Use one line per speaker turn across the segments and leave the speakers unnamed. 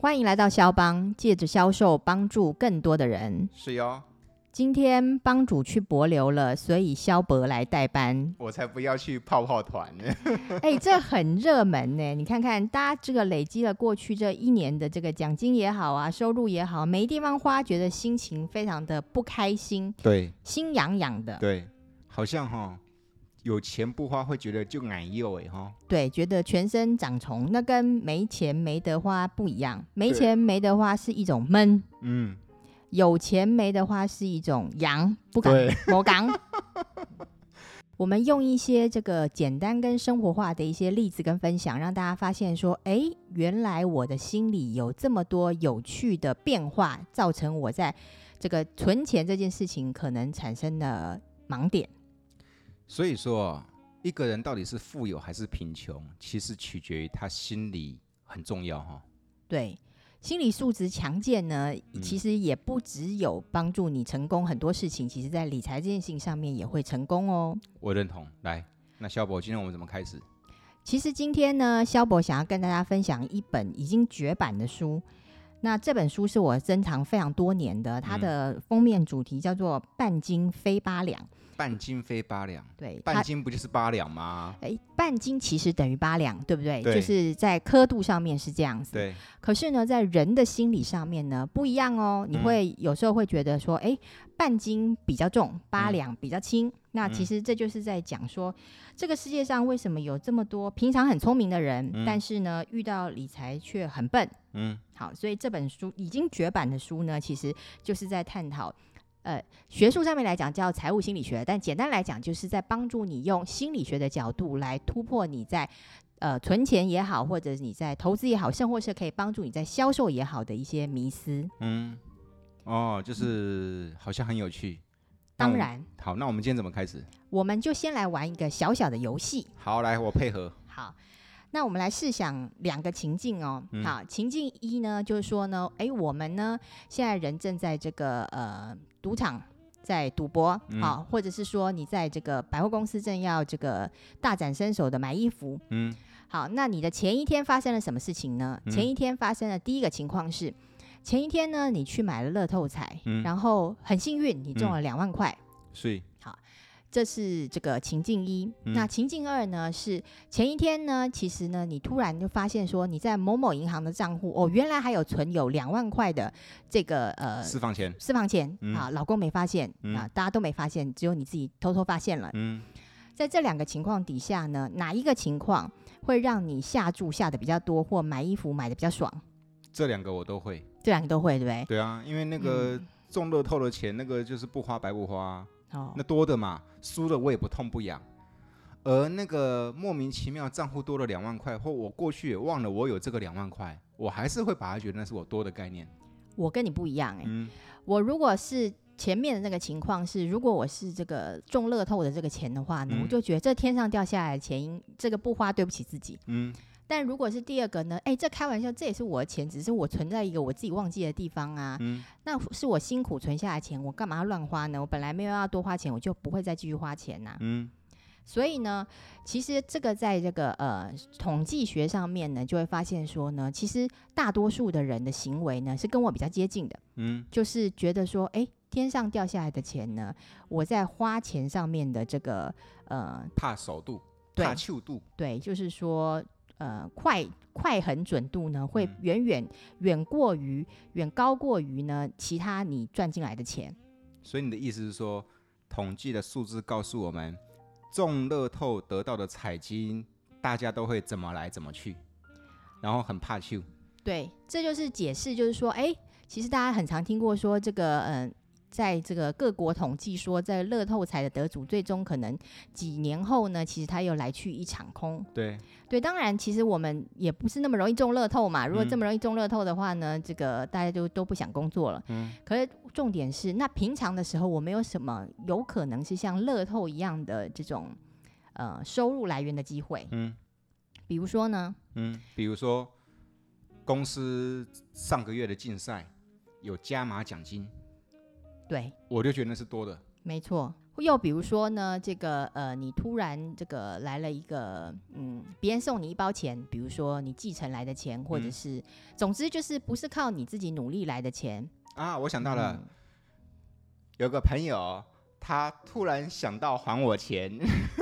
欢迎来到肖邦，借着销售帮助更多的人。
是哟，。
今天帮主去博流了，所以肖博来代班
我才不要去泡泡团呢。
哎，这很热门呢，你看看大家这个累积了过去这一年的这个奖金也好啊，收入也好，没地方花，觉得心情非常的不开心，
对
心痒痒的，
对，好像哈，有钱不花会觉得就矮幼哎哈。
对，觉得全身长虫，那跟没钱没得花不一样，没
对
钱没得花是一种闷。
嗯，
有钱没的话是一种羊，不敢
对
我敢。 我们用一些这个简单跟生活化的一些例子跟分享，让大家发现说，哎，原来我的心里有这么多有趣的变化，造成我在这个存钱这件事情可能产生的盲点。
所以说一个人到底是富有还是贫穷，其实取决于他心里很重要哈。
对，心理素质强健呢，
嗯
其实也不只有帮助你成功很多事情，其实在理财这件事情上面也会成功哦。
我认同。来，那肖博，今天我们怎么开始？
其实今天呢，肖博想要跟大家分享一本已经绝版的书。那这本书是我珍藏非常多年
嗯
的，它的封面主题叫做“半斤非八两
半斤非八两，”。
对，
半
它
斤不就是八两吗？
哎，半斤其实等于八两，对不对？
对
就是在刻度上面是这样子。
对，
可是呢，在人的心理上面呢不一样哦，你
嗯
会有时候会觉得说，哎、半斤比较重，八
嗯
两比较轻。那其
嗯
实这就是在讲说，这个世界上为什么有这么多平常很聪明的人，
嗯
但是呢遇到理财却很笨。
嗯，
好，所以这本书已经绝版的书呢，其实就是在探讨。呃，学术上面来讲叫财务心理学，但简单来讲，就是在帮助你用心理学的角度来突破你在呃存钱也好，或者你在投资也好，甚或是可以帮助你在销售也好的一些迷思。
嗯，哦，就是好像很有趣。那
当
我们，
然，
好，那我们今天怎么开始？
我们就先来玩一个小小的游戏。
好，来，我配合。
好，那我们来试想两个情境哦。
嗯
好，情境一呢，就是说呢，诶，我们呢现在人正在这个呃赌场。在赌博，
嗯
好、或者是说你在这个百货公司正要这个大展身手的买衣服，
嗯
好，那你的前一天发生了什么事情呢？
嗯
前一天发生的第一个情况是，前一天呢你去买了乐透彩，
嗯
然后很幸运你中了两万块，
所以，
这是这个情境一。
嗯
那情境二呢？是前一天呢，其实呢，你突然就发现说你在某某银行的账户，哦，原来还有存有两万块的这个呃
私房钱，
私房钱、
嗯
啊，老公没发现、
嗯
啊，大家都没发现，只有你自己偷偷发现了。
嗯，
在这两个情况底下呢，哪一个情况会让你下注下的比较多，或买衣服买的比较爽？
这两个我都会。
这两个都会，对不对？
对啊，因为那个中乐透的钱，那个就是不花白不花啊，
哦
那，多的嘛，输了我也不痛不痒。而那个莫名其妙账户多了两万块，或我过去也忘了我有这个两万块，我还是会把它觉得那是我多的概念。
我跟你不一样哎、
嗯
我如果是前面的那个情况是，如果我是这个中乐透的这个钱的话呢，
嗯
我就觉得这天上掉下来的钱应，这个不花对不起自己。
嗯，
但如果是第二个呢，哎，这开玩笑，这也是我的钱，只是我存在一个我自己忘记的地方啊。
嗯
那是我辛苦存下来的钱，我干嘛要乱花呢？我本来没有要多花钱，我就不会再继续花钱呐、
嗯
所以呢，其实这个在这个呃统计学上面呢，就会发现说呢，其实大多数的人的行为呢是跟我比较接近的。
嗯，
就是觉得说，哎，天上掉下来的钱呢，我在花钱上面的这个呃，
怕手度，
对
怕气度，
对，就是说呃，快快很准度呢，会
嗯
远远远过于远高过于呢其他你赚进来的钱。
所以你的意思是说，统计的数字告诉我们，中乐透得到的彩金，大家都会怎么来怎么去，然后很怕去。
对，这就是解释，就是说，哎，其实大家很常听过说这个嗯。在这个各国统计说，在乐透彩的得主最终可能几年后呢，其实他又来去一场空。
对，
对，当然，其实我们也不是那么容易中乐透嘛。如果这
嗯
么容易中乐透的话呢，这个大家就都不想工作了。
嗯
可是重点是，那平常的时候，我们有什么有可能是像乐透一样的这种呃收入来源的机会？
嗯
比如说呢，
嗯，比如说公司上个月的竞赛有加码奖金，
对，
我就觉得那是多的。
没错，又比如说呢，这个呃，你突然这个来了一个，嗯，别人送你一包钱，比如说你继承来的钱，或者
嗯
是、总之就是不是靠你自己努力来的钱。嗯
啊，我想到了，有个朋友他突然想到还我钱，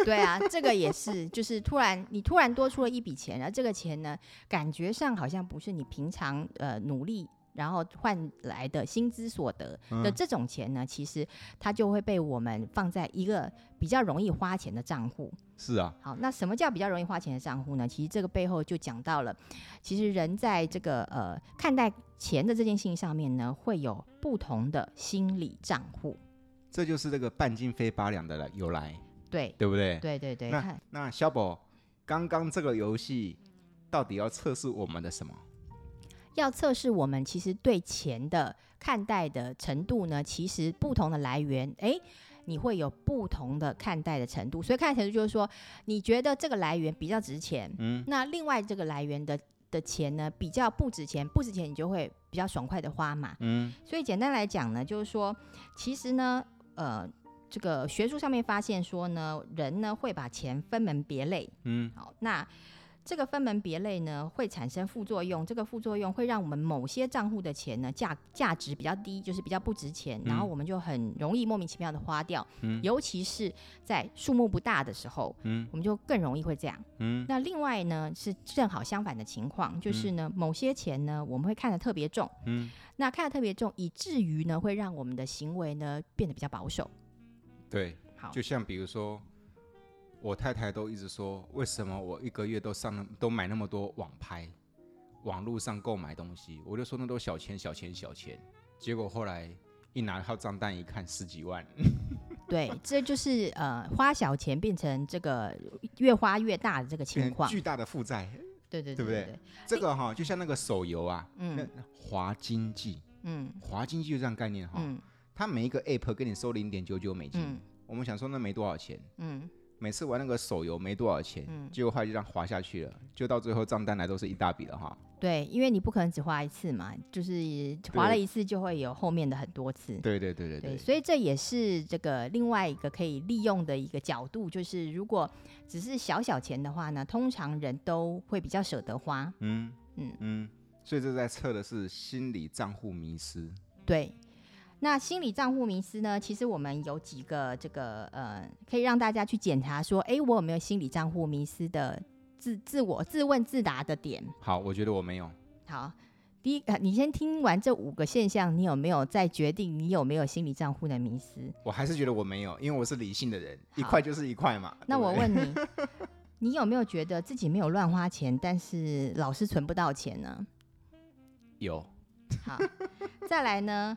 对啊，这个也是，就是突然你突然多出了一笔钱，然后这个钱呢，感觉上好像不是你平常呃努力。然后换来的薪资所得的
嗯
这种钱呢，其实它就会被我们放在一个比较容易花钱的账户。
是啊，
好，那什么叫比较容易花钱的账户呢？其实这个背后就讲到了，其实人在这个呃看待钱的这件事情上面呢，会有不同的心理账户。
这就是这个半斤非八两的来由来，
对，
对不对？
对对对，
那
看
那小宝，刚刚这个游戏到底要测试我们的什么？
要测试我们其实对钱的看待的程度呢，其实不同的来源，诶，你会有不同的看待的程度。所以看待程度就是说，你觉得这个来源比较值钱，
嗯，
那另外这个来源的的钱呢比较不值钱，不值钱你就会比较爽快的花嘛。
嗯，
所以简单来讲呢，就是说，其实呢，呃，这个学术上面发现说呢，人呢会把钱分门别类。
嗯，
好，那这个分门别类呢会产生副作用，这个副作用会让我们某些账户的钱呢价价值比较低，就是比较不值钱，然后
嗯
我们就很容易莫名其妙的花掉，
嗯
尤其是在数目不大的时候。
嗯，
我们就更容易会这样。
嗯，
那另外呢，是正好相反的情况，就是呢，某些钱呢，我们会看得特别重，
嗯，
那看得特别重，以至于呢，会让我们的行为呢变得比较保守。
对，
好，
就像比如说，我太太都一直说，为什么我一个月都上那都买那么多网拍，网络上购买东西，我就说那都小钱小钱小钱，结果后来一拿到账单一看十几万，
对，这就是呃，花小钱变成这个越花越大的这个情
变成
况。
巨大的负债。
对对
对不
对
对这个哈、就像那个手游啊，那
嗯
华经济，
嗯
华经济就这样概念哈、
嗯
它每一个 app 跟你收零点九九美金，
嗯
我们想说那没多少钱，
嗯，
每次玩那个手游没多少钱，结果后来就这样滑下去了，就到最后账单来都是一大笔了哈。
对，因为你不可能只花一次嘛，就是花了一次就会有后面的很多次。
对对对对
对，
对，
所以这也是这个另外一个可以利用的一个角度，就是如果只是小小钱的话呢，通常人都会比较舍得花。
嗯
嗯
嗯嗯，所以这在测的是心理账户迷失。
对，那心理账户迷思呢？其实我们有几个这个呃，可以让大家去检查说，诶，我有没有心理账户迷思的自自我自问自答的点？
好，我觉得我没有，
好，第一个，呃你先听完这五个现象，你有没有再决定你有没有心理账户的迷思？
我还是觉得我没有，因为我是理性的人，
好
一块就是一块嘛。
那
对不
我
对
问 你，你有没有觉得自己没有乱花钱，但是老是存不到钱呢？
有，
好，再来呢，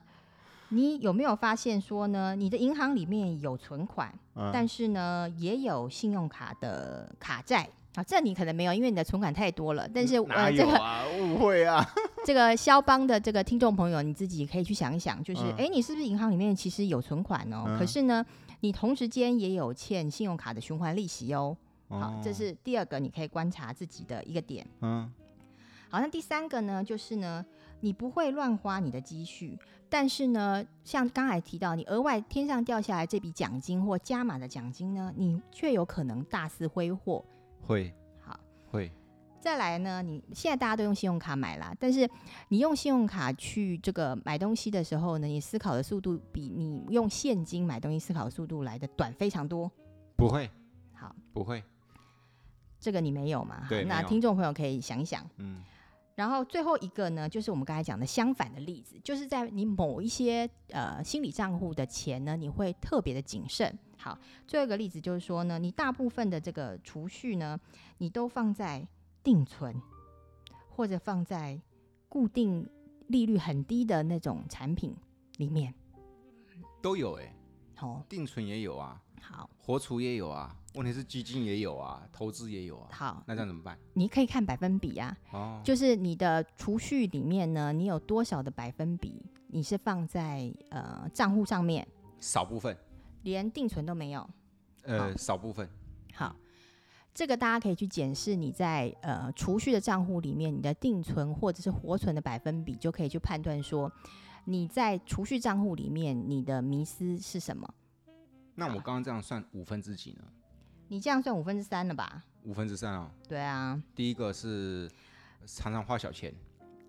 你有没有发现说呢，你的银行里面有存款，
嗯
但是呢也有信用卡的卡债啊？这你可能没有，因为你的存款太多了。但是、
哪
呃，
有
这个
啊？误会啊！
这个肖邦的这个听众朋友，你自己可以去想一想，就是
嗯
诶，你是不是银行里面其实有存款哦？可
嗯
是呢，你同时间也有欠信用卡的循环利息哦。好
哦，
这是第二个你可以观察自己的一个点。
嗯
好，那第三个呢，就是呢，你不会乱花你的积蓄，但是呢，像刚才提到，你额外天上掉下来这笔奖金或加码的奖金呢，你却有可能大肆挥霍。
会
好，
会，
再来呢，你现在大家都用信用卡买啦，但是你用信用卡去这个买东西的时候呢，你思考的速度比你用现金买东西思考的速度来的短非常多。
不会
好，
不会，
这个你没有嘛？好
对
那
没有
听众朋友可以想一想。
嗯
然后最后一个呢，就是我们刚才讲的相反的例子，就是在你某一些呃心理账户的钱呢，你会特别的谨慎。好，最后一个例子就是说呢，你大部分的这个储蓄呢，你都放在定存，或者放在固定利率很低的那种产品里面。
都有哎、
哦，
定存也有啊，
好
活储也有啊，问题是基金也有啊，投资也有啊，
好，
那这样怎么办？
你可以看百分比啊，
哦，
就是你的储蓄里面呢，你有多少的百分比你是放在呃账户上面。
少部分，
连定存都没有。
呃，少部分，
好，这个大家可以去检视你在呃储蓄的账户里面，你的定存或者是活存的百分比，就可以去判断说你在储蓄账户里面你的迷思是什么。
那我刚刚这样算五分之几呢？
你这样算五分之三了吧？
五分之三啊、
对啊，
第一个是常常花小钱，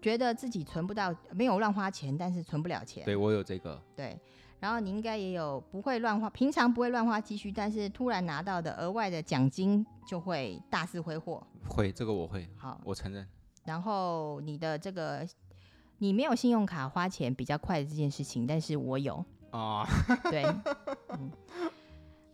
觉得自己存不到，没有乱花钱，但是存不了钱。
对我有这个，
对，然后你应该也有不会乱花，平常不会乱花积蓄，但是突然拿到的额外的奖金就会大肆挥霍。
会这个我会，
好，
我承认。
然后你的这个你没有信用卡花钱比较快的这件事情，但是我有，
啊、
对，嗯，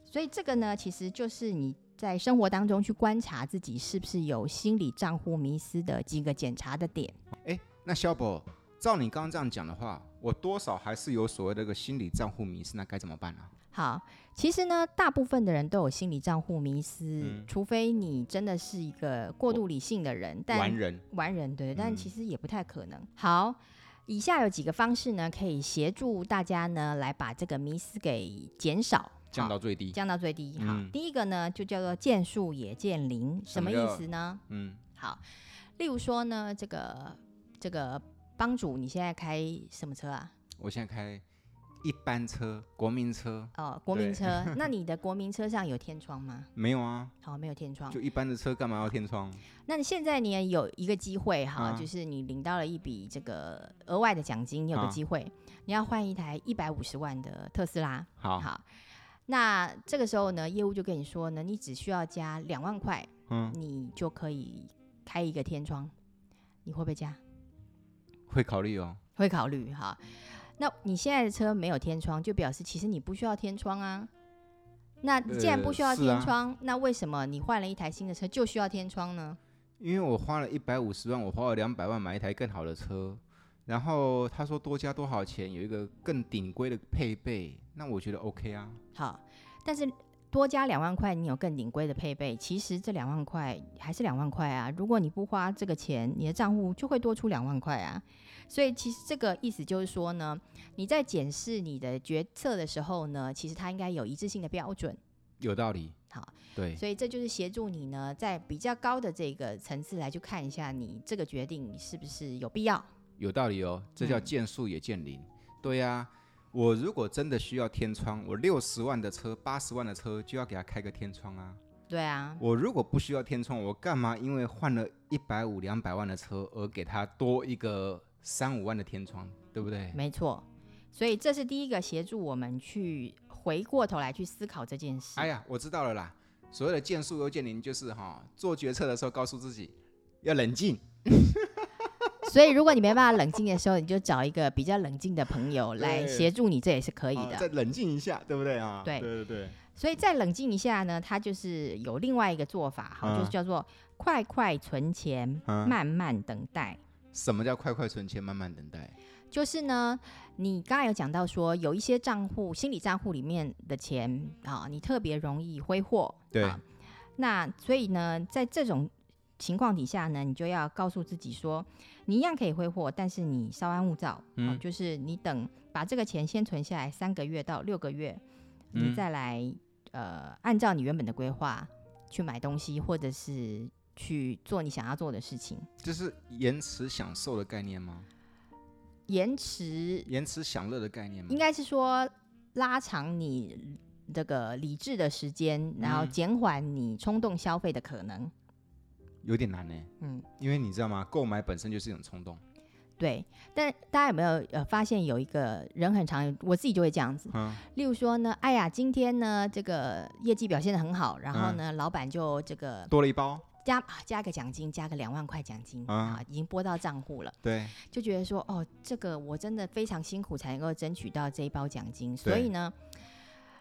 所以这个呢，其实就是你在生活当中去观察自己是不是有心理账户迷失的几个检查的点。
那肖博，照你刚刚这样讲的话，我多少还是有所谓的一个心理账户迷失，那该怎么办啊？
好，其实呢，大部分的人都有心理账户迷失，
嗯
除非你真的是一个过度理性的人，但
完人，
完人对，但
嗯
其实也不太可能。好，以下有几个方式呢，可以协助大家呢来把这个迷思给减少。
降
好
到最低。
降到最低。好，
嗯
第一个呢就叫做见树也见林，什
什
么
么
意
叫
思呢？
嗯，
好，例如说呢，这个这个帮主，你现在开什么车啊？
我现在开一般车，国民车
哦，国民
对
车。那你的国民车上有天窗吗？
没有啊，
好、没有天窗
就。一般的车干嘛要天窗？
那你现在你也有一个机会哈，
啊
就是你领到了一笔这个额外的奖金，你有个
啊
机会，你要换一台一百五十万的特斯拉。
好，
好，那这个时候呢，业务就跟你说呢，你只需要加两万块，
嗯，
你就可以开一个天窗，你会不会加？
会考虑哦。
会考虑哈。那你现在的车没有天窗，就表示其实你不需要天窗啊。那你既然不需要
呃是啊
天窗，那为什么你换了一台新的车就需要天窗呢？
因为我花了一百五十万，我花了两百万买一台更好的车，然后他说多加多少钱，有一个更顶规的配备，那我觉得 OK 啊。
好，但是多加两万块，你有更顶规的配备，其实这两万块还是两万块啊。如果你不花这个钱，你的账户就会多出两万块啊。所以其实这个意思就是说呢，你在检视你的决策的时候呢，其实它应该有一致性的标准。
有道理。
好，
对，
所以这就是协助你呢，在比较高的这个层次来去看一下你这个决定是不是有必要。
有道理哦，这叫
嗯
见树也见林。对呀、我如果真的需要天窗，我六十万的车、八十万的车就要给它开个天窗啊。
对啊，
我如果不需要天窗，我干嘛因为换了一百五、两百万的车而给它多一个三五万的天窗，对不对？
没错。所以这是第一个协助我们去回过头来去思考这件事。
哎呀，我知道了啦。所谓的见树又见林，就是哈、做决策的时候告诉自己要冷静。
所以，如果你没办法冷静的时候，你就找一个比较冷静的朋友来
对
协助你，这也是可以
啊再
的。
冷静一下，对不对啊？
对
对对对，
所以再冷静一下呢，它就是有另外一个做法，哈，就是
嗯
叫做快快存钱，
嗯
慢慢等待。
什么叫快快存钱，慢慢等待？
就是呢，你刚才有讲到说，有一些账户、心理账户里面的钱啊，你特别容易挥霍。
对
啊那所以呢，在这种情况底下呢，你就要告诉自己说，你一样可以挥霍，但是你稍安勿躁。啊
嗯
就是你等把这个钱先存下来三个月到六个月，
嗯
你再来、呃，按照你原本的规划去买东西，或者是去做你想要做的事情。
这是延迟享受的概念吗？
延迟
延迟享乐的概念吗？
应该是说拉长你这个理智的时间，然后
嗯
减缓你冲动消费的可能。
有点难呢、
嗯，
因为你知道吗？购买本身就是一种冲动。
对。但大家有没有呃发现有一个人很常，我自己就会这样子。
嗯，
例如说呢，哎呀，今天呢这个业绩表现的很好，然后
嗯
呢、老板就这个
多了一包。
加啊加个奖金，加个两万块奖金、
啊
啊，已经拨到账户了。
对，
就觉得说，哦，这个我真的非常辛苦才能够争取到这一包奖金，所
对
以呢，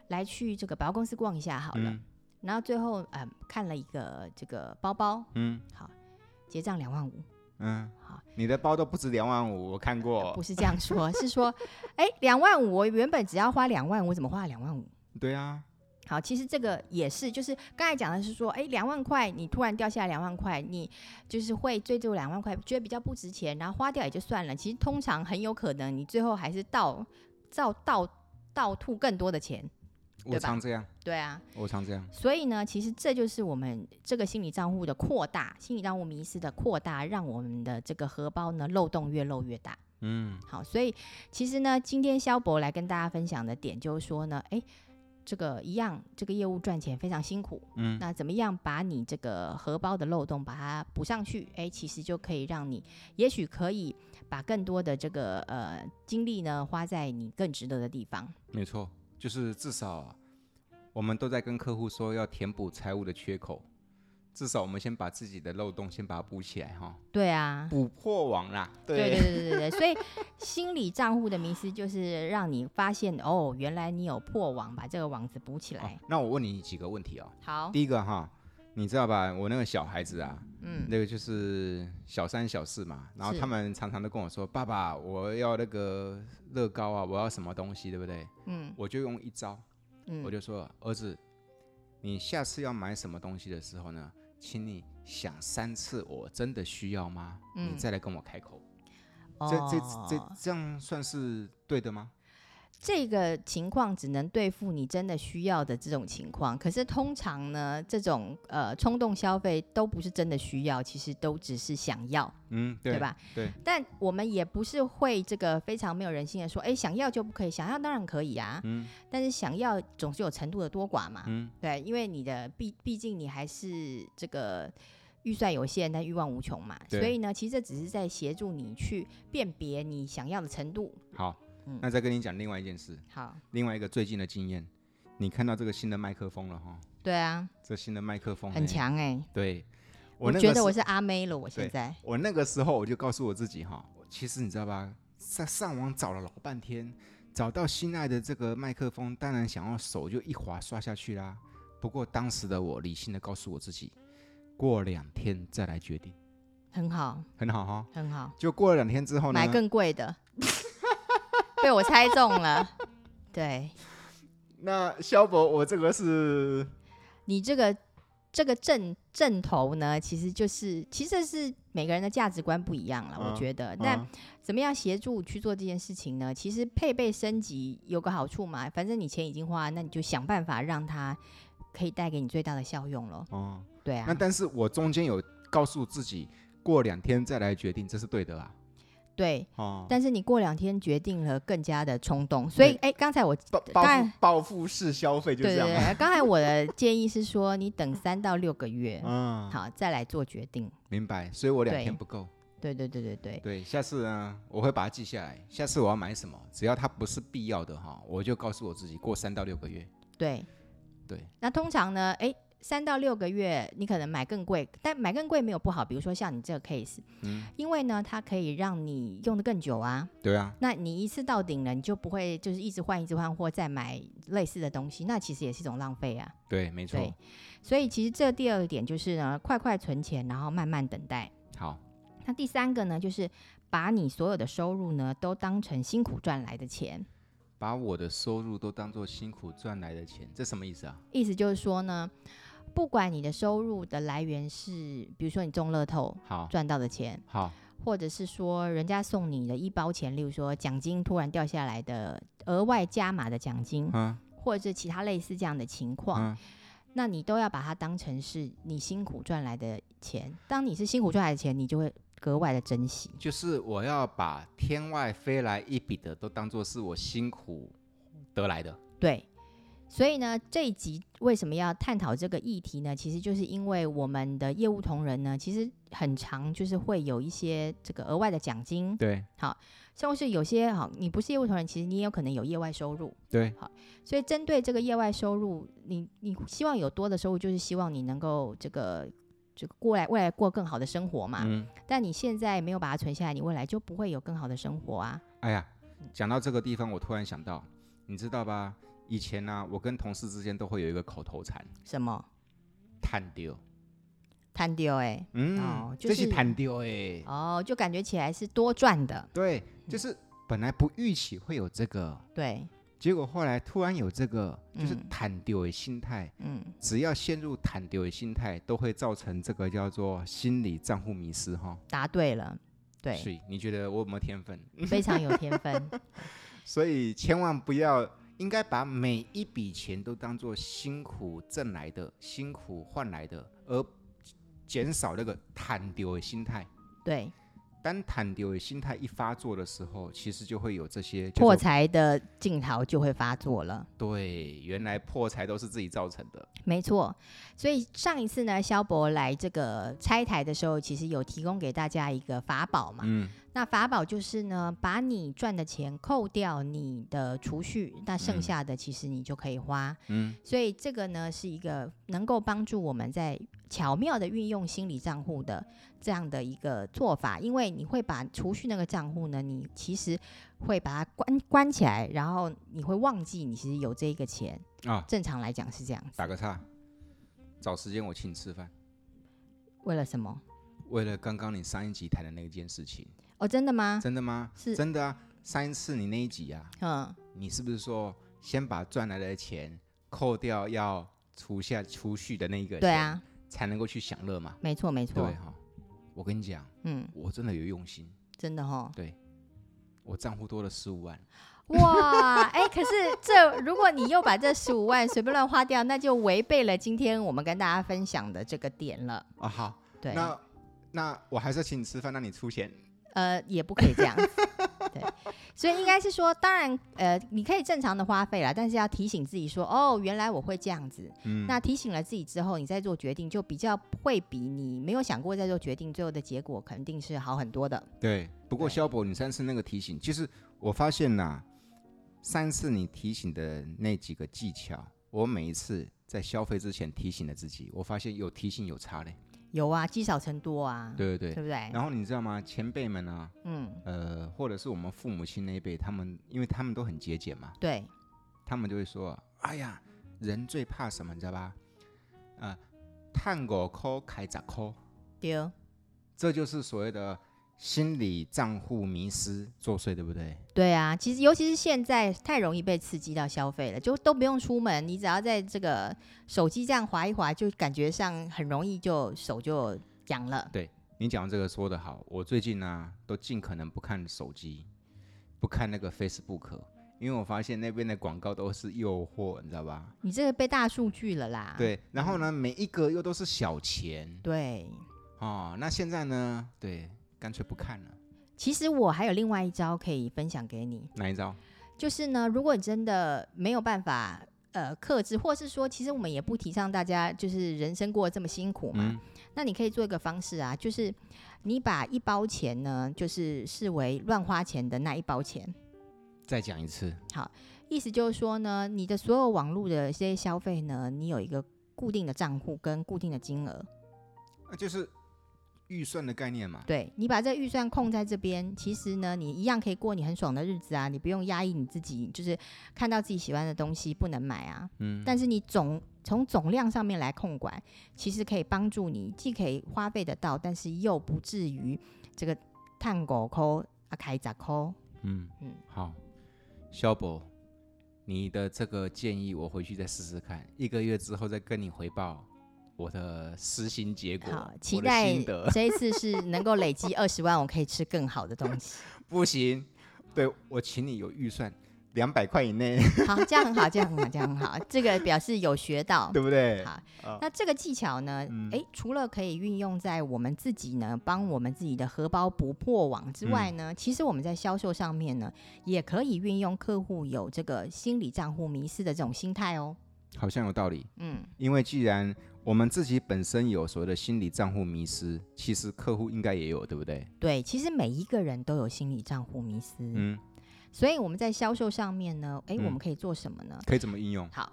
来去这个百货公司逛一下好了。
嗯
然后最后嗯、看了一个这个包包，
嗯
结账两万五，
嗯
好，
你的包都不止两万五，我看过
不。是这样说，是说， 哎，两万五，我原本只要花两万，我怎么花了两万五？
对啊，
好，其实这个也是，就是刚才讲的是说，哎，两万块你突然掉下来两万块，你就是会追逐两万块，觉得比较不值钱，然后花掉也就算了。其实通常很有可能你最后还是倒倒倒倒吐更多的钱，
我
对吧
常这样，
对啊。
我常这样。
所以呢，其实这就是我们这个心理账户的扩大，心理账户迷失的扩大，让我们的这个荷包呢漏洞越漏越大。
嗯，
好，所以其实呢，今天肖博来跟大家分享的点就是说呢，诶，这个一样，这个业务赚钱非常辛苦，
嗯
那怎么样把你这个荷包的漏洞把它补上去？哎，其实就可以让你，也许可以把更多的这个呃精力呢花在你更值得的地方。
没错，就是至少我们都在跟客户说要填补财务的缺口，至少我们先把自己的漏洞先把它补起来哈，
对啊，
补破网啦。
对对对对对，所以心理账户的迷思就是让你发现哦，原来你有破网，把这个网子补起
哦
来。
那我问你几个问题哦。
好，
第一个哈，你知道吧？我那个小孩子啊，
嗯，
那个就是小三小四嘛，然后
是
他们常常都跟我说：“爸爸，我要那个乐高啊，我要什么东西，对不对？”
嗯，
我就用一招，
嗯
我就说：“儿子，你下次要买什么东西的时候呢，请你想三次，我真的需要吗？
嗯
你再来跟我开口。
哦
这这这这样算是对的吗？
这个情况只能对付你真的需要的这种情况。可是通常呢，这种呃冲动消费都不是真的需要，其实都只是想要，
嗯，
对
对？
吧？
对。
但我们也不是会这个非常没有人性的说，哎，想要就不可以，想要当然可以啊。
嗯
但是想要总是有程度的多寡嘛，
嗯，
对，因为你的毕毕竟你还是这个预算有限，但欲望无穷嘛，所
对
以呢，其实这只是在协助你去辨别你想要的程度。
好
嗯。
那再跟你讲另外一件事，
好，
另外一个最近的经验，你看到这个新的麦克风了哈？
对啊，
这新的麦克风
很
呢。
强哎、
对，
我
那个
觉得
时
我是阿妹了，我现
对
在
我那个时候我就告诉我自己哈，其实你知道吧，在上网找了老半天，找到心爱的这个麦克风，当然想要手就一滑刷下去啦。不过当时的我理性的告诉我自己，过两天再来决定，
很好，
很好哈、
很好，
就过了两天之后呢
买，更贵的， 被我猜中了。 对
那肖博，我这个是
你这个这个正正头呢，其实就是其实是每个人的价值观不一样了，我
嗯
觉得。那
嗯
怎么样协助去做这件事情呢？其实配备升级有个好处嘛，反正你钱已经花了，那你就想办法让它可以带给你最大的效用咯。
哦，
对
那
啊，
但是我中间有告诉自己，过两天再来决定，这是对的啊。
对。
哦，
但是你过两天决定了，更加的冲动，所以哎，刚才我
报
当
报
然
复报复式消费就
对
这
对
样啊。
对，刚才我的建议是说，你等三到六个月，
嗯，
好再来做决定。
明白。所以我两
对
天不够。
对对对对对，
对，下次呢，我会把它记下来。下次我要买什么，只要它不是必要的哈，我就告诉我自己过三到六个月。
对
对。
那通常呢，哎，三到六个月你可能买更贵，但买更贵没有不好，比如说像你这个 case，
嗯，
因为呢，它可以让你用的更久啊。
对啊，
那你一次到顶了，你就不会就是一直换一直换或再买类似的东西，那其实也是一种浪费啊。
对，没
对
错。，
所以其实这第二点就是呢，快快存钱，然后慢慢等待。
好，
那第三个呢，就是把你所有的收入呢，都当成辛苦赚来的钱。
把我的收入都当做辛苦赚来的钱，这什么意思啊？
意思就是说呢，不管你的收入的来源是，比如说你中乐透
好，
赚到的钱，
好，
或者是说人家送你的一包钱，例如说奖金突然掉下来的额外加码的奖金，
嗯
或者是其他类似这样的情况，
嗯，
那你都要把它当成是你辛苦赚来的钱。当你是辛苦赚来的钱，你就会格外的珍惜。
就是我要把天外飞来一笔的都当做是我辛苦得来的。
对，所以呢，这一集为什么要探讨这个议题呢？其实就是因为我们的业务同仁呢，其实很常就是会有一些这个额外的奖金，
对
像是有些好，你不是业务同仁，其实你也有可能有业外收入。
对，
所以针对这个业外收入，你你希望有多的收入，就是希望你能够这个。这个过来未来过更好的生活嘛，
嗯，
但你现在没有把它存下来，你未来就不会有更好的生活啊。
哎呀，讲到这个地方，我突然想到，你知道吧？以前呢、我跟同事之间都会有一个口头禅
什么
“探丢
摊丢哎”，，
嗯，
哦就
这
是
是探丢哎，
哦，就感觉起来是多赚的，
对，就是本来不预期会有这个，
对，结
结果后来突然有这个，就是
嗯
探丢的心态。
嗯，
只要陷入探丢的心态，都会造成这个叫做心理账户迷失哈。
答对了，对，
所以你觉得我有没有天分？
非常有天分，
所以千万不要，应该把每一笔钱都当做辛苦挣来的、辛苦换来的，而减少那个贪丢的心态。
对，
当坦丢的心态一发作的时候，其实就会有这些叫
破
做
财的镜头就会发作了。
对，原来破财都是自己造成的。
没错，所以上一次呢，萧伯来这个拆台的时候，其实有提供给大家一个法宝嘛。
嗯，
那法宝就是呢，把你赚的钱扣掉你的储蓄，那剩
嗯
下的其实你就可以花。
嗯，
所以这个呢，是一个能够帮助我们在巧妙的运用心理账户的这样的一个做法，因为你会把储蓄那个账户呢，你其实会把它关关起来，然后你会忘记你其实有这一个钱。
啊，
正常来讲是这样子，
打个岔，找时间我请你吃饭。
为了什么？
为了刚刚你上一集谈的那件事情，
哦，真的吗？
真的吗？
是
真的啊。上一次你那一集啊，
嗯，
你是不是说先把赚来的钱扣掉要除下储蓄的那一个，
对，啊，
才能够去享乐嘛？
没错没
对
错，
哈、我跟你讲，
嗯，
我真的有用心，
真的哦。
我账户多了十五万，
哇，哎、可是这如果你又把这十五万随便乱花掉，那就违背了今天我们跟大家分享的这个点了。
啊，好，
对，
那那我还是要请你吃饭，那你出钱。
呃，也不可以这样子。对，所以应该是说，当然，呃，你可以正常的花费啦，但是要提醒自己说，哦，原来我会这样子。
嗯，
那提醒了自己之后，你再做决定，就比较会比你没有想过再做决定，最后的结果肯定是好很多的。
对。不过
对
萧博，你上次那个提醒，其实我发现呐、上次你提醒的那几个技巧，我每一次在消费之前提醒了自己，我发现有提醒有差嘞。
有啊，积少成多啊，
对对对。
不对？
然后你知道吗？前辈们啊，
嗯，
呃，或者是我们父母亲那一辈，他们因为他们都很节俭嘛，
对，
他们就会说：“哎呀，人最怕什么？你知道吧？呃，探狗抠开咋抠，哦
丢，
这就是所谓的心理账户迷失作祟，对不对？
对啊。其实尤其是现在太容易被刺激到消费了，就都不用出门，你只要在这个手机这样划一划，就感觉上很容易就手就痒了。
你讲这个说得好，我最近呢、啊都尽可能不看手机，不看那个 Facebook，因为我发现那边的广告都是诱惑，你知道吧？
你这个被大数据了啦。
对，然后呢，每一个又都是小钱
对，
哦。那现在呢，对，干脆不看了，
其实我还有另外一招可以分享给你，
哪一招？
就是呢，如果你真的没有办法呃克制，或是说，其实我们也不提倡大家就是人生过得这么辛苦嘛，
嗯
那你可以做一个方式啊，就是你把一包钱呢，就是视为乱花钱的那一包钱。
再讲一次，
意思就是说呢，你的所有网络的一些消费呢，你有一个固定的账户跟固定的金额，
那啊就是预算的概念嘛。
对你把这预算控在这边，其实呢，你一样可以过你很爽的日子啊，你不用压抑你自己，就是看到自己喜欢的东西不能买啊。
嗯，
但是你总从总量上面来控管，其实可以帮助你，既可以花费得到，但是又不至于这个探狗抠啊开闸抠。
嗯
嗯
嗯，好，肖博，你的这个建议我回去再试试看，一个月之后再跟你回报我的实行结果，
好
我，
期
的
待
心 得
这一次是能够累积二十万，我可以吃更好的东西。
不行，对我请你有预算两百块以内，
好，这样很好，这样很好，这样很好，这个表示有学到。
对不对？
好那这个技巧呢，
嗯
诶，除了可以运用在我们自己呢，帮我们自己的荷包不破网之
嗯
外呢，其实我们在销售上面呢，也可以运用客户有这个心理账户迷失的这种心态哦。
好像有道理，
嗯，
因为既然我们自己本身有所谓的心理账户迷失，其实客户应该也有，对不对？
对，其实每一个人都有心理账户迷失，
嗯，
所以我们在销售上面呢，诶，
嗯
我们可以做什么呢？
可以怎么应用？
好，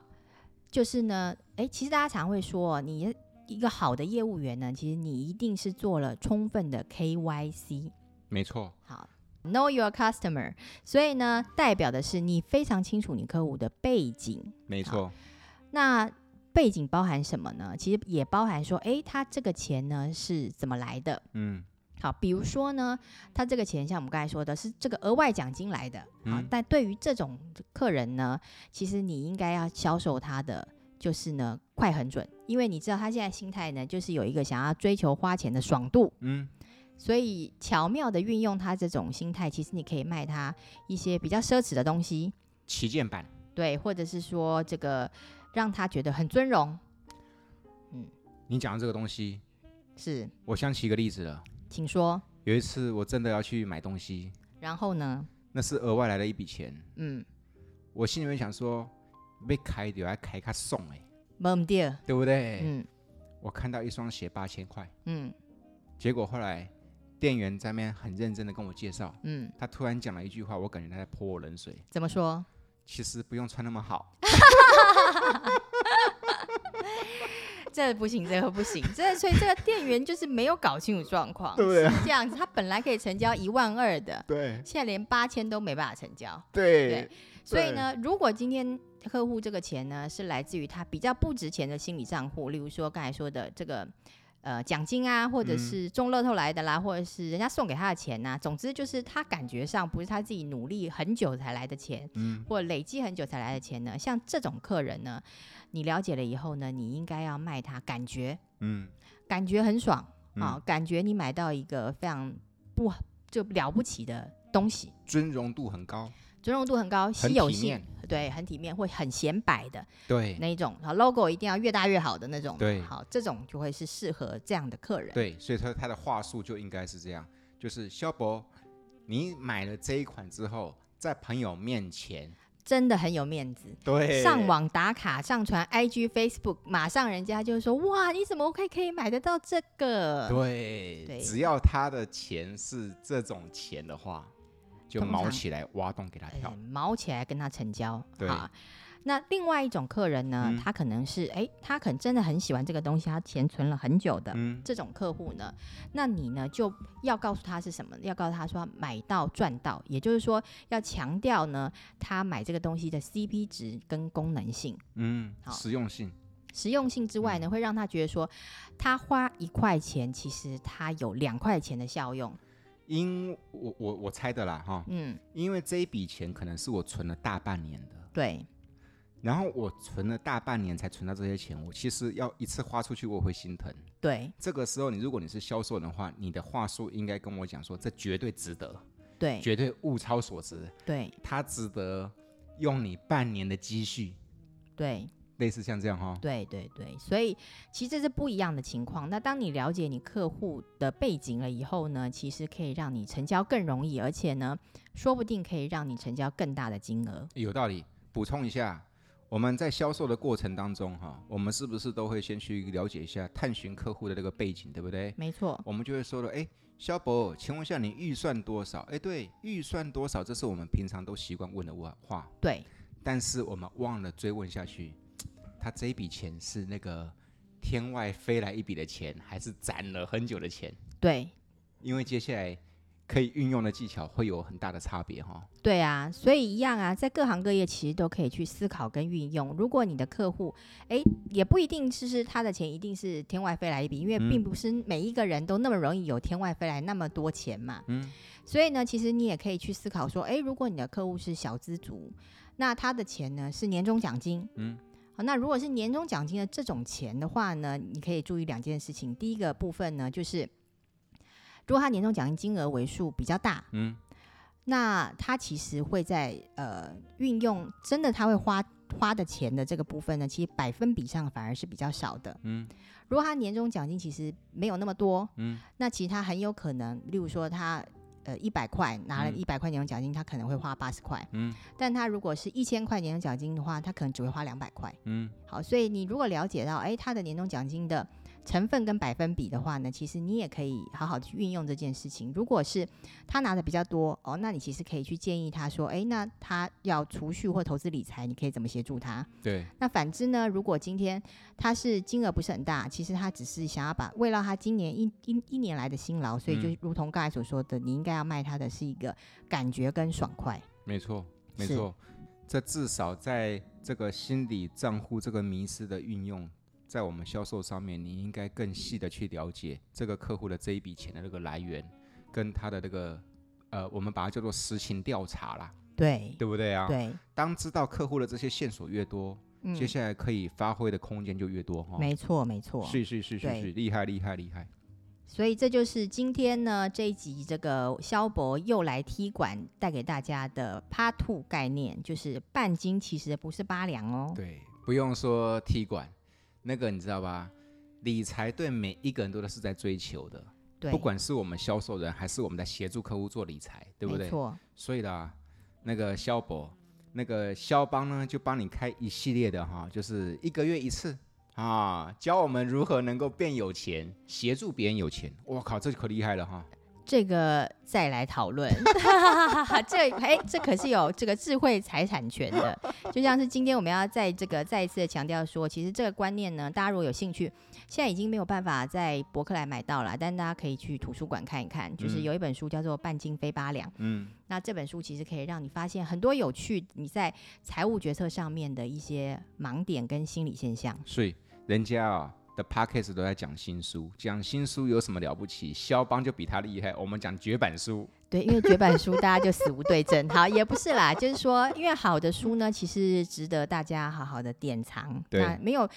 就是呢，诶，其实大家常会说，你一个好的业务员呢，其实你一定是做了充分的 KYC。
没错，
好，Know your customer，所以呢，代表的是你非常清楚你客户的背景。
没错，
那背景包含什么呢？其实也包含说，诶，他这个钱呢是怎么来的？
嗯
好，比如说呢，他这个钱像我们刚才说的是这个额外奖金来的。好，
嗯
但对于这种客人呢，其实你应该要销售他的就是呢快很准，因为你知道他现在心态呢就是有一个想要追求花钱的爽度，
嗯，
所以巧妙的运用他这种心态，其实你可以卖他一些比较奢侈的东西，
旗舰版。
对，或者是说这个让他觉得很尊荣，
你讲的这个东西，
是，
我想起一个例子了。
请说，
有一次我真的要去买东西，
然后呢，
那是额外来的一笔钱，
嗯，
我心里面想说，被开掉还开卡送哎，
没对，
对不对？
嗯
我看到一双鞋八千块，
嗯
结果后来店员在那边很认真的跟我介绍，
嗯，
他突然讲了一句话，我感觉他在泼我冷水。
怎么说？
其实不用穿那么好，
这不行，这个不行， 这所以这个店员就是没有搞清楚状况，
对不对啊
是这样子，他本来可以成交一万二的，
对
现在连八千都没办法成交。
对
所以呢，如果今天客户这个钱呢是来自于他比较不值钱的心理账户，例如说刚才说的这个呃奖金啊，或者
嗯
是中乐透来的啦，或者是人家送给他的钱呐、总之就是他感觉上不是他自己努力很久才来的钱，
嗯，
或累积很久才来的钱呢，像这种客人呢，你了解了以后呢，你应该要卖他感觉，
嗯
感觉很爽
嗯
啊、感觉你买到一个非常不就了不起的东西。
尊荣度很高，
尊荣度很高，
很
稀有
体
性
面，
对，很体面，会很显摆的
对
那一种，好 logo 一定要越大越好的那种，
对
好，这种就会是适合这样的客人，
对，所以他他的话术就应该是这样，就是肖博，你买了这一款之后，在朋友面前，
真的很有面子。
对，
上网打卡，上传 IG、Facebook，马上人家就说：“哇，你怎么会可以买得到这个？”
对，
对
只要他的钱是这种钱的话，就
通
毛
常
起来挖洞给他跳
哎，毛起来跟他成交。
对
啊那另外一种客人呢，
嗯
他可能是哎，他可能真的很喜欢这个东西，他钱存了很久的。
嗯，
这种客户呢，那你呢就要告诉他是什么，要告诉他说买到赚到，也就是说要强调呢，他买这个东西的 CP 值跟功能性、
嗯，
好
实用性，
实用性之外呢，会让他觉得说，他花一块钱，其实他有两块钱的效用。
因我我我猜的啦哈，
嗯，
因为这一笔钱可能是我存了大半年的，
对，
然后我存了大半年才存到这些钱，我其实要一次花出去，我会心疼。
对，
这个时候，你如果你是销售人的话，你的话术应该跟我讲说，这绝对值得，
对，
绝对物超所值，
对，
它值得用你半年的积蓄，
对，
类似像这样哈、
对，对，对。所以其实这是不一样的情况。那当你了解你客户的背景了以后呢，其实可以让你成交更容易，而且呢，说不定可以让你成交更大的金额。
有道理。补充一下，我们在销售的过程当中哈、我们是不是都会先去了解一下、探寻客户的这个背景，对不对？
没错，
我们就会说了，哎，肖博，请问一下你预算多少？哎，对，预算多少？这是我们平常都习惯问的问话，
对，
但是我们忘了追问下去，他这一笔钱是那个天外飞来一笔的钱，还是攒了很久的钱？
对，
因为接下来可以运用的技巧会有很大的差别哈、
对啊。所以一样啊，在各行各业其实都可以去思考跟运用。如果你的客户，诶，也不一定是是他的钱一定是天外飞来一笔，因为
嗯
并不是每一个人都那么容易有天外飞来那么多钱嘛。
嗯，
所以呢，其实你也可以去思考说，诶，如果你的客户是小资族，那他的钱呢是年终奖金，
嗯，
好，那如果是年终奖金的这种钱的话呢，你可以注意两件事情。第一个部分呢，就是如果他年终奖金金额为数比较大，
嗯，
那他其实会在呃运用真的他会花花的钱的这个部分呢，其实百分比上反而是比较少的。
嗯，
如果他年终奖金其实没有那么多，
嗯，
那其实他很有可能，例如说他。呃，一百块拿了
嗯
一百块年终奖金，他可能会花八十块。
嗯，
但他如果是一千块年终奖金的话，他可能只会花两百块。
嗯，
好，所以你如果了解到，哎，他的年终奖金的成分跟百分比的话呢，其实你也可以好好地去运用这件事情。如果是他拿的比较多哦，那你其实可以去建议他说，哎，那他要储蓄或投资理财，你可以怎么协助他？
对，
那反之呢，如果今天他是金额不是很大，其实他只是想要把为了他今年一一一年来的辛劳，所以就
嗯
如同刚才所说的，你应该要卖他的是一个感觉跟爽快。
没错，没
是
错，这至少在这个心理账户这个迷失的运用，在我们销售上面，你应该更细的去了解这个客户的这一笔钱的这个来源，跟他的这个呃，我们把它叫做实情调查啦，
对
对不对啊？
对，
当知道客户的这些线索越多，
嗯
接，下来可以发挥的空间就越多哈、
没错没错。
哦是是是是
对
是，厉害厉害厉害，
所以这就是今天呢这一集这个萧博又来踢馆带给大家的 Part Two 概念，就是半斤其实不是八两哦。
对，不用说踢馆，那个你知道吧？理财对每一个人都是在追求的，
对，
不管是我们销售人，还是我们在协助客户做理财，对不
没
对？
错，
所以啦，那个肖博，那个肖邦呢，就帮你开一系列的哈，就是一个月一次啊，教我们如何能够变有钱，协助别人有钱。我靠，这可厉害了哈！
这个再来讨论。这哎，这可是有这个智慧财产权的。就像是今天我们要在这个再一次的强调说，其实这个观念呢，大家如果有兴趣，现在已经没有办法在博客来买到了，但大家可以去图书馆看一看。就是
嗯
有一本书叫做《半斤非八两》，
嗯，
那这本书其实可以让你发现很多有趣你在财务决策上面的一些盲点跟心理现象。
所以人家啊、的 p a c k a g e 都在讲新书，讲新书有什么了不起？肖邦就比他厉害。我们讲绝版书，
对，因为绝版书大家就死无对证。好，也不是啦，就是说，因为好的书呢，其实值得大家好好的典藏。
对
那没有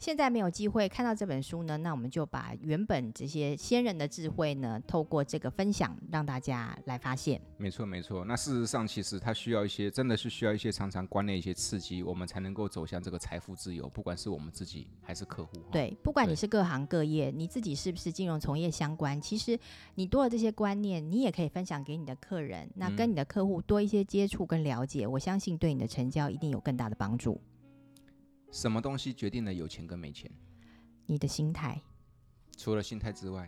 现在没有机会看到这本书呢，那我们就把原本这些先人的智慧呢，透过这个分享，让大家来发现。
没错没错。那事实上，其实它需要一些，真的是需要一些常常观念一些刺激，我们才能够走向这个财富自由，不管是我们自己还是客户。哈，
对，不管你
对
是各行各业，你自己是不是金融从业相关，其实你多了这些观念，你也可以分享给你的客人，那跟
嗯
你的客户多一些接触跟了解，我相信对你的成交一定有更大的帮助。
什么东西决定了有钱跟没钱？
你的心态。
除了心态之外，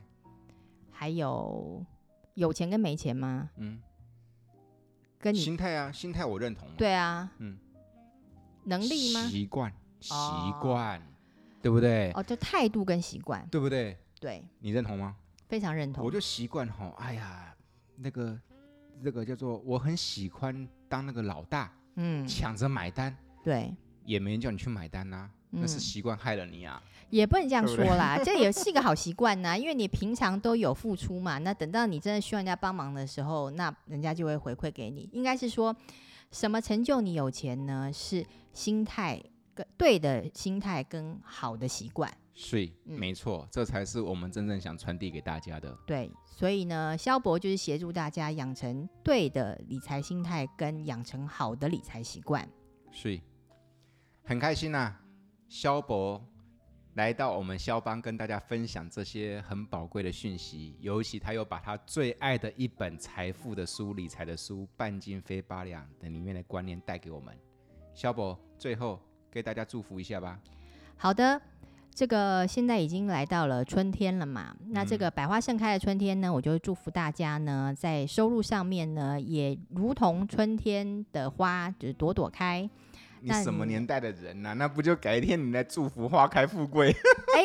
还有有钱跟没钱吗？
嗯，
跟你
心态啊，心态我认同。，
对啊，
嗯，
能力吗？
习惯，习
哦
惯，对不对？
哦，就态度跟习惯，
对不对？
对，
你认同吗？
非常认同
我。就习惯吼，哎呀，那个那个叫做我很喜欢当那个老大，
嗯，
抢着买单，
对，
也没人叫你去买单呐、啊那是
嗯
习惯害了你啊。
也不能这样
对
说
不对
啦， 这也是一个好习惯呐，因为你平常都有付出嘛，那等到你真的需要人家帮忙的时候，那人家就会回馈给你。应该是说什么成就你有钱呢？是心态跟对的心态跟好的习惯。
所以，
嗯
没错，这才是我们真正想传递给大家的。
对，所以呢，萧博就是协助大家养成对的理财心态，跟养成好的理财习惯。
所以，很开心呐、啊肖博来到我们肖邦，跟大家分享这些很宝贵的讯息，尤其他又把他最爱的一本财富的书、理财的书《半斤非八两》的里面的观念带给我们。肖博，最后给大家祝福一下吧。
好的，这个现在已经来到了春天了嘛，那这个百花盛开的春天呢，我就祝福大家呢，在收入上面呢，也如同春天的花，就是朵朵开。
你
那
什么
你
年代的人呐、啊那不就改天你来祝福花开富贵？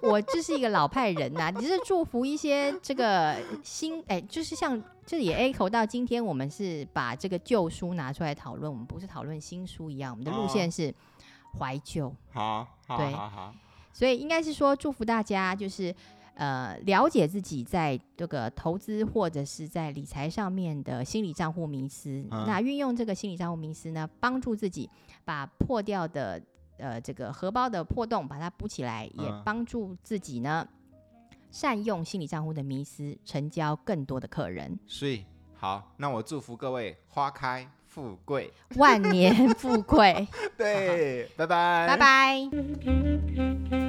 我就是一个老派人呐、 只是祝福一些这个新哎，就是像这也 echo 到今天我们是把这个旧书拿出来讨论，我们不是讨论新书一样，我们的路线是怀旧，
好，好，
对
好，好，
所以应该是说祝福大家就是。呃，了解自己在这个投资或者是在理财上面的心理账户迷思，
嗯
那运用这个心理账户迷思呢，帮助自己把破掉的呃这个荷包的破洞把它补起来，也
嗯
帮助自己呢善用心理账户的迷思，成交更多的客人，
所以好，那我祝福各位花开富 贵。
万年富贵。
对，拜
拜。
拜，
拜。
thank